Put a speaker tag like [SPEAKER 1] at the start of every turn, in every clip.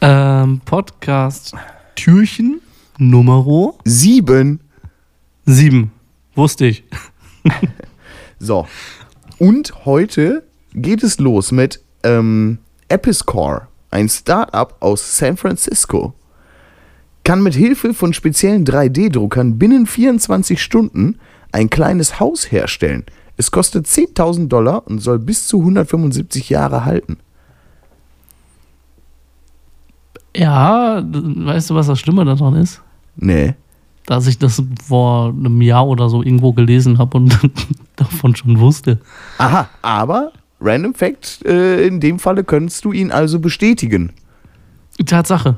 [SPEAKER 1] Ähm, Podcast Türchen Nummer
[SPEAKER 2] Sieben.
[SPEAKER 1] 7. Wusste ich.
[SPEAKER 2] So. Und heute geht es los mit ähm, Episcore, ein Startup aus San Francisco. Kann mit Hilfe von speziellen 3D-Druckern binnen 24 Stunden ein kleines Haus herstellen. Es kostet 10.000 Dollar und soll bis zu 175 Jahre halten.
[SPEAKER 1] Ja, d- weißt du, was das Schlimme daran ist?
[SPEAKER 2] Nee.
[SPEAKER 1] Dass ich das vor einem Jahr oder so irgendwo gelesen habe und davon schon wusste.
[SPEAKER 2] Aha, aber Random Fact, äh, in dem Falle könntest du ihn also bestätigen.
[SPEAKER 1] Tatsache.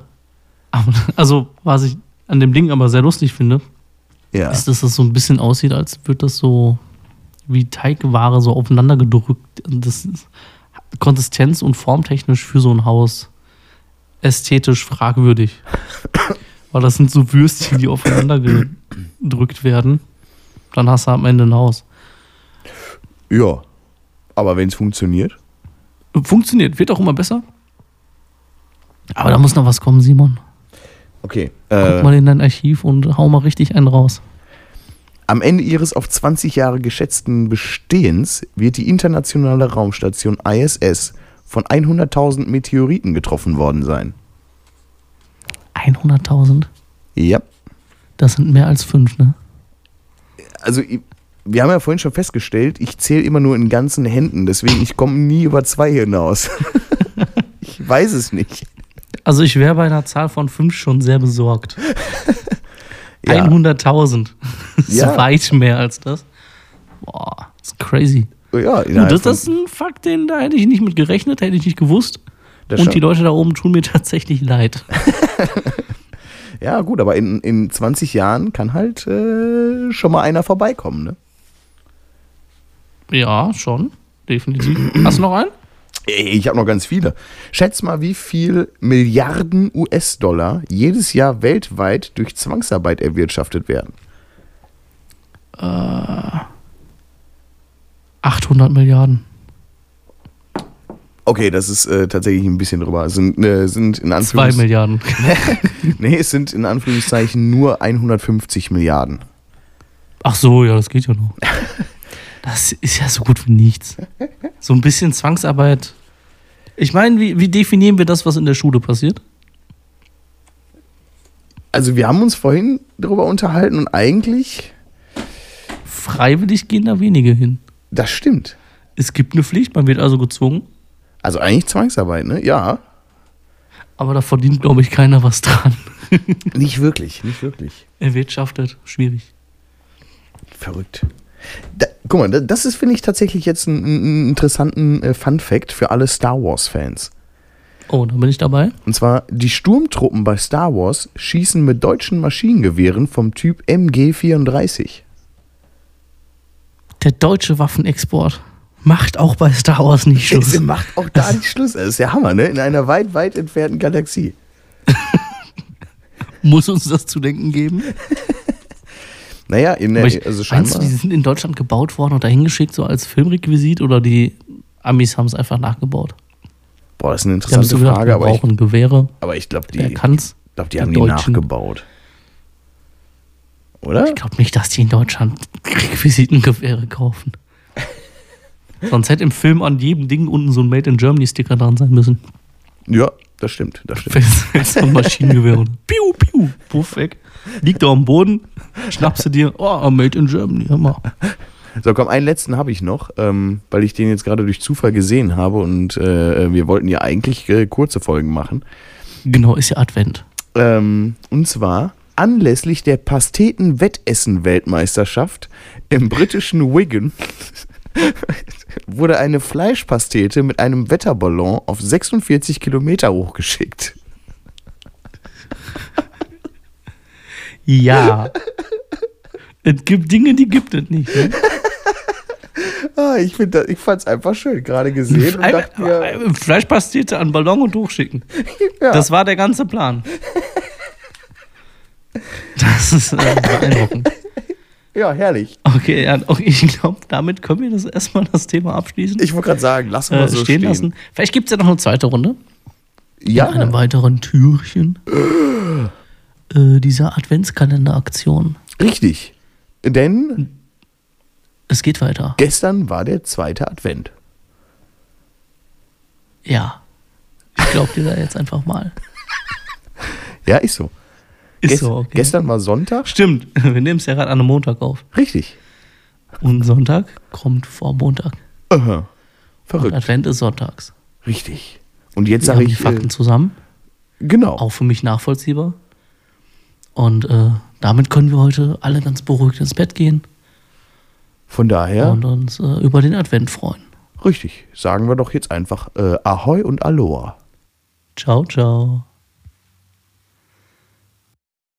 [SPEAKER 1] Aber- Also, was ich an dem Ding aber sehr lustig finde,
[SPEAKER 2] Ja.
[SPEAKER 1] ist, dass das so ein bisschen aussieht, als würde das so wie Teigware so aufeinander gedrückt. Und Das ist konsistenz- und formtechnisch für so ein Haus ästhetisch fragwürdig. Weil das sind so Würstchen, die aufeinander gedrückt werden. Dann hast du am Ende ein Haus.
[SPEAKER 2] Ja. Aber wenn es funktioniert?
[SPEAKER 1] Funktioniert, wird auch immer besser. Aber da muss noch was kommen, Simon.
[SPEAKER 2] Okay.
[SPEAKER 1] Guck
[SPEAKER 2] Äh,
[SPEAKER 1] mal in dein Archiv und hau mal richtig einen raus.
[SPEAKER 2] Am Ende ihres auf 20 Jahre geschätzten Bestehens wird die internationale Raumstation ISS von 100.000 Meteoriten getroffen worden sein.
[SPEAKER 1] 100.000.
[SPEAKER 2] Ja.
[SPEAKER 1] Das sind mehr als fünf, ne?
[SPEAKER 2] Also, i- wir haben ja vorhin schon festgestellt, ich zähle immer nur in ganzen Händen, deswegen ich komme nie über zwei hinaus. ich weiß es nicht.
[SPEAKER 1] Also ich wäre bei einer Zahl von fünf schon sehr besorgt.
[SPEAKER 2] Ja.
[SPEAKER 1] 100.000. Das ist
[SPEAKER 2] Ja.
[SPEAKER 1] weit mehr als das. Boah, das ist crazy.
[SPEAKER 2] Ja,
[SPEAKER 1] Gut,
[SPEAKER 2] innerhalb
[SPEAKER 1] das,
[SPEAKER 2] von-
[SPEAKER 1] das ist ein Fakt, den da hätte ich nicht mit gerechnet, hätte ich nicht gewusst.
[SPEAKER 2] das
[SPEAKER 1] Und
[SPEAKER 2] schon-
[SPEAKER 1] die Leute da oben tun mir tatsächlich leid.
[SPEAKER 2] Ja, gut, aber in, in 20 Jahren kann halt äh, schon mal einer vorbeikommen, ne?
[SPEAKER 1] Ja, schon. Definitiv. Hast du noch einen?
[SPEAKER 2] Ey, Äh, Ich habe noch ganz viele. Schätz mal, wie viel Milliarden US-Dollar jedes Jahr weltweit durch Zwangsarbeit erwirtschaftet werden.
[SPEAKER 1] 800 Milliarden.
[SPEAKER 2] Okay, das ist äh, tatsächlich ein bisschen drüber. Es Sind, äh, sind in
[SPEAKER 1] Zwei
[SPEAKER 2] Anführungs-
[SPEAKER 1] Milliarden.
[SPEAKER 2] nee, es sind in Anführungszeichen nur 150 Milliarden.
[SPEAKER 1] Ach so, ja, das geht ja noch. Das ist ja so gut wie nichts. So ein bisschen Zwangsarbeit. Ich meine, wie, wie definieren wir das, was in der Schule passiert?
[SPEAKER 2] Also wir haben uns vorhin darüber unterhalten und eigentlich,
[SPEAKER 1] Freiwillig gehen da wenige hin.
[SPEAKER 2] das stimmt.
[SPEAKER 1] Es gibt eine Pflicht, man wird also gezwungen,
[SPEAKER 2] Also eigentlich Zwangsarbeit, ne? Ja.
[SPEAKER 1] aber da verdient, glaube ich, keiner was dran.
[SPEAKER 2] Nicht wirklich, nicht wirklich.
[SPEAKER 1] Erwirtschaftet, schwierig.
[SPEAKER 2] Verrückt. Da, guck mal, da- das ist, finde ich, tatsächlich jetzt einen, einen interessanten äh, Fun-Fact für alle Star Wars-Fans.
[SPEAKER 1] Oh, da bin ich dabei.
[SPEAKER 2] Und zwar, die Sturmtruppen bei Star Wars schießen mit deutschen Maschinengewehren vom Typ MG34.
[SPEAKER 1] Der deutsche Waffenexport macht auch bei Star Wars nicht Schluss.
[SPEAKER 2] Es macht auch da nicht Schluss. Das ist ja Hammer, ne? In einer weit, weit entfernten Galaxie.
[SPEAKER 1] Muss uns das zu denken geben?
[SPEAKER 2] Naja, in der,
[SPEAKER 1] Aber ich,
[SPEAKER 2] also
[SPEAKER 1] meinst du,
[SPEAKER 2] scheinbar.
[SPEAKER 1] die sind in Deutschland gebaut worden und dahin geschickt, so als Filmrequisit oder die Amis haben es einfach nachgebaut?
[SPEAKER 2] Boah, das ist eine
[SPEAKER 1] Die haben
[SPEAKER 2] interessante
[SPEAKER 1] so gedacht,
[SPEAKER 2] Frage,
[SPEAKER 1] wir
[SPEAKER 2] aber ich,
[SPEAKER 1] brauchen Gewehre.
[SPEAKER 2] aber ich glaube, die,
[SPEAKER 1] Wer
[SPEAKER 2] ich
[SPEAKER 1] kann's?
[SPEAKER 2] glaub, die
[SPEAKER 1] Die
[SPEAKER 2] haben die
[SPEAKER 1] Deutschen.
[SPEAKER 2] nachgebaut. Oder?
[SPEAKER 1] Ich glaube nicht, dass die in Deutschland Requisitengewehre kaufen. Sonst hätte im Film an jedem Ding unten so ein Made in Germany Sticker dran sein müssen.
[SPEAKER 2] Ja, das stimmt, das stimmt.
[SPEAKER 1] so ein Maschinengewehr und piu, piu, puff weg. Liegt da am Boden, schnappst du dir, oh, Made in Germany, hör mal.
[SPEAKER 2] So, komm, einen letzten habe ich noch, ähm, weil ich den jetzt gerade durch Zufall gesehen habe und äh, wir wollten ja eigentlich äh, kurze Folgen machen.
[SPEAKER 1] Genau, ist ja Advent.
[SPEAKER 2] Ähm, und zwar anlässlich der Pasteten-Wettessen-Weltmeisterschaft im britischen Wigan wurde eine Fleischpastete mit einem Wetterballon auf 46 Kilometer hochgeschickt.
[SPEAKER 1] Ja. es gibt Dinge, die gibt es nicht. Ne?
[SPEAKER 2] Ah, ich find das- ich fand es einfach schön, gerade gesehen und dachte mir,
[SPEAKER 1] Ein- ein Fleischpastete an Ballon und hochschicken.
[SPEAKER 2] ja,
[SPEAKER 1] Das war der ganze Plan. Das ist äh, beeindruckend.
[SPEAKER 2] ja herrlich.
[SPEAKER 1] Okay, ja, okay, ich glaube, damit können wir das erstmal das Thema abschließen.
[SPEAKER 2] Ich wollte gerade sagen, lass mal
[SPEAKER 1] äh,
[SPEAKER 2] so
[SPEAKER 1] stehen, lassen. Vielleicht gibt es ja noch eine zweite Runde. In einem
[SPEAKER 2] Ja,
[SPEAKER 1] weiteren Türchen. äh, dieser Adventskalenderaktion.
[SPEAKER 2] richtig. Denn
[SPEAKER 1] Es geht weiter.
[SPEAKER 2] gestern war der zweite Advent.
[SPEAKER 1] Ja. Ich glaube dir da jetzt einfach mal.
[SPEAKER 2] Ja, ist so. Ges- Gestern war Sonntag.
[SPEAKER 1] Stimmt, wir nehmen es ja gerade an einem Montag auf.
[SPEAKER 2] Richtig.
[SPEAKER 1] Und Sonntag kommt vor Montag.
[SPEAKER 2] Aha. Verrückt.
[SPEAKER 1] Advent ist sonntags.
[SPEAKER 2] Richtig. Und jetzt
[SPEAKER 1] Wir
[SPEAKER 2] sage
[SPEAKER 1] haben die
[SPEAKER 2] ich.
[SPEAKER 1] Fakten
[SPEAKER 2] Äh,
[SPEAKER 1] zusammen.
[SPEAKER 2] genau.
[SPEAKER 1] Auch für mich nachvollziehbar. Und äh, damit können wir heute alle ganz beruhigt ins Bett gehen
[SPEAKER 2] Von daher,
[SPEAKER 1] und uns äh, über den Advent freuen.
[SPEAKER 2] richtig. Sagen wir doch jetzt einfach äh, Ahoi und Aloha.
[SPEAKER 1] Ciao, ciao.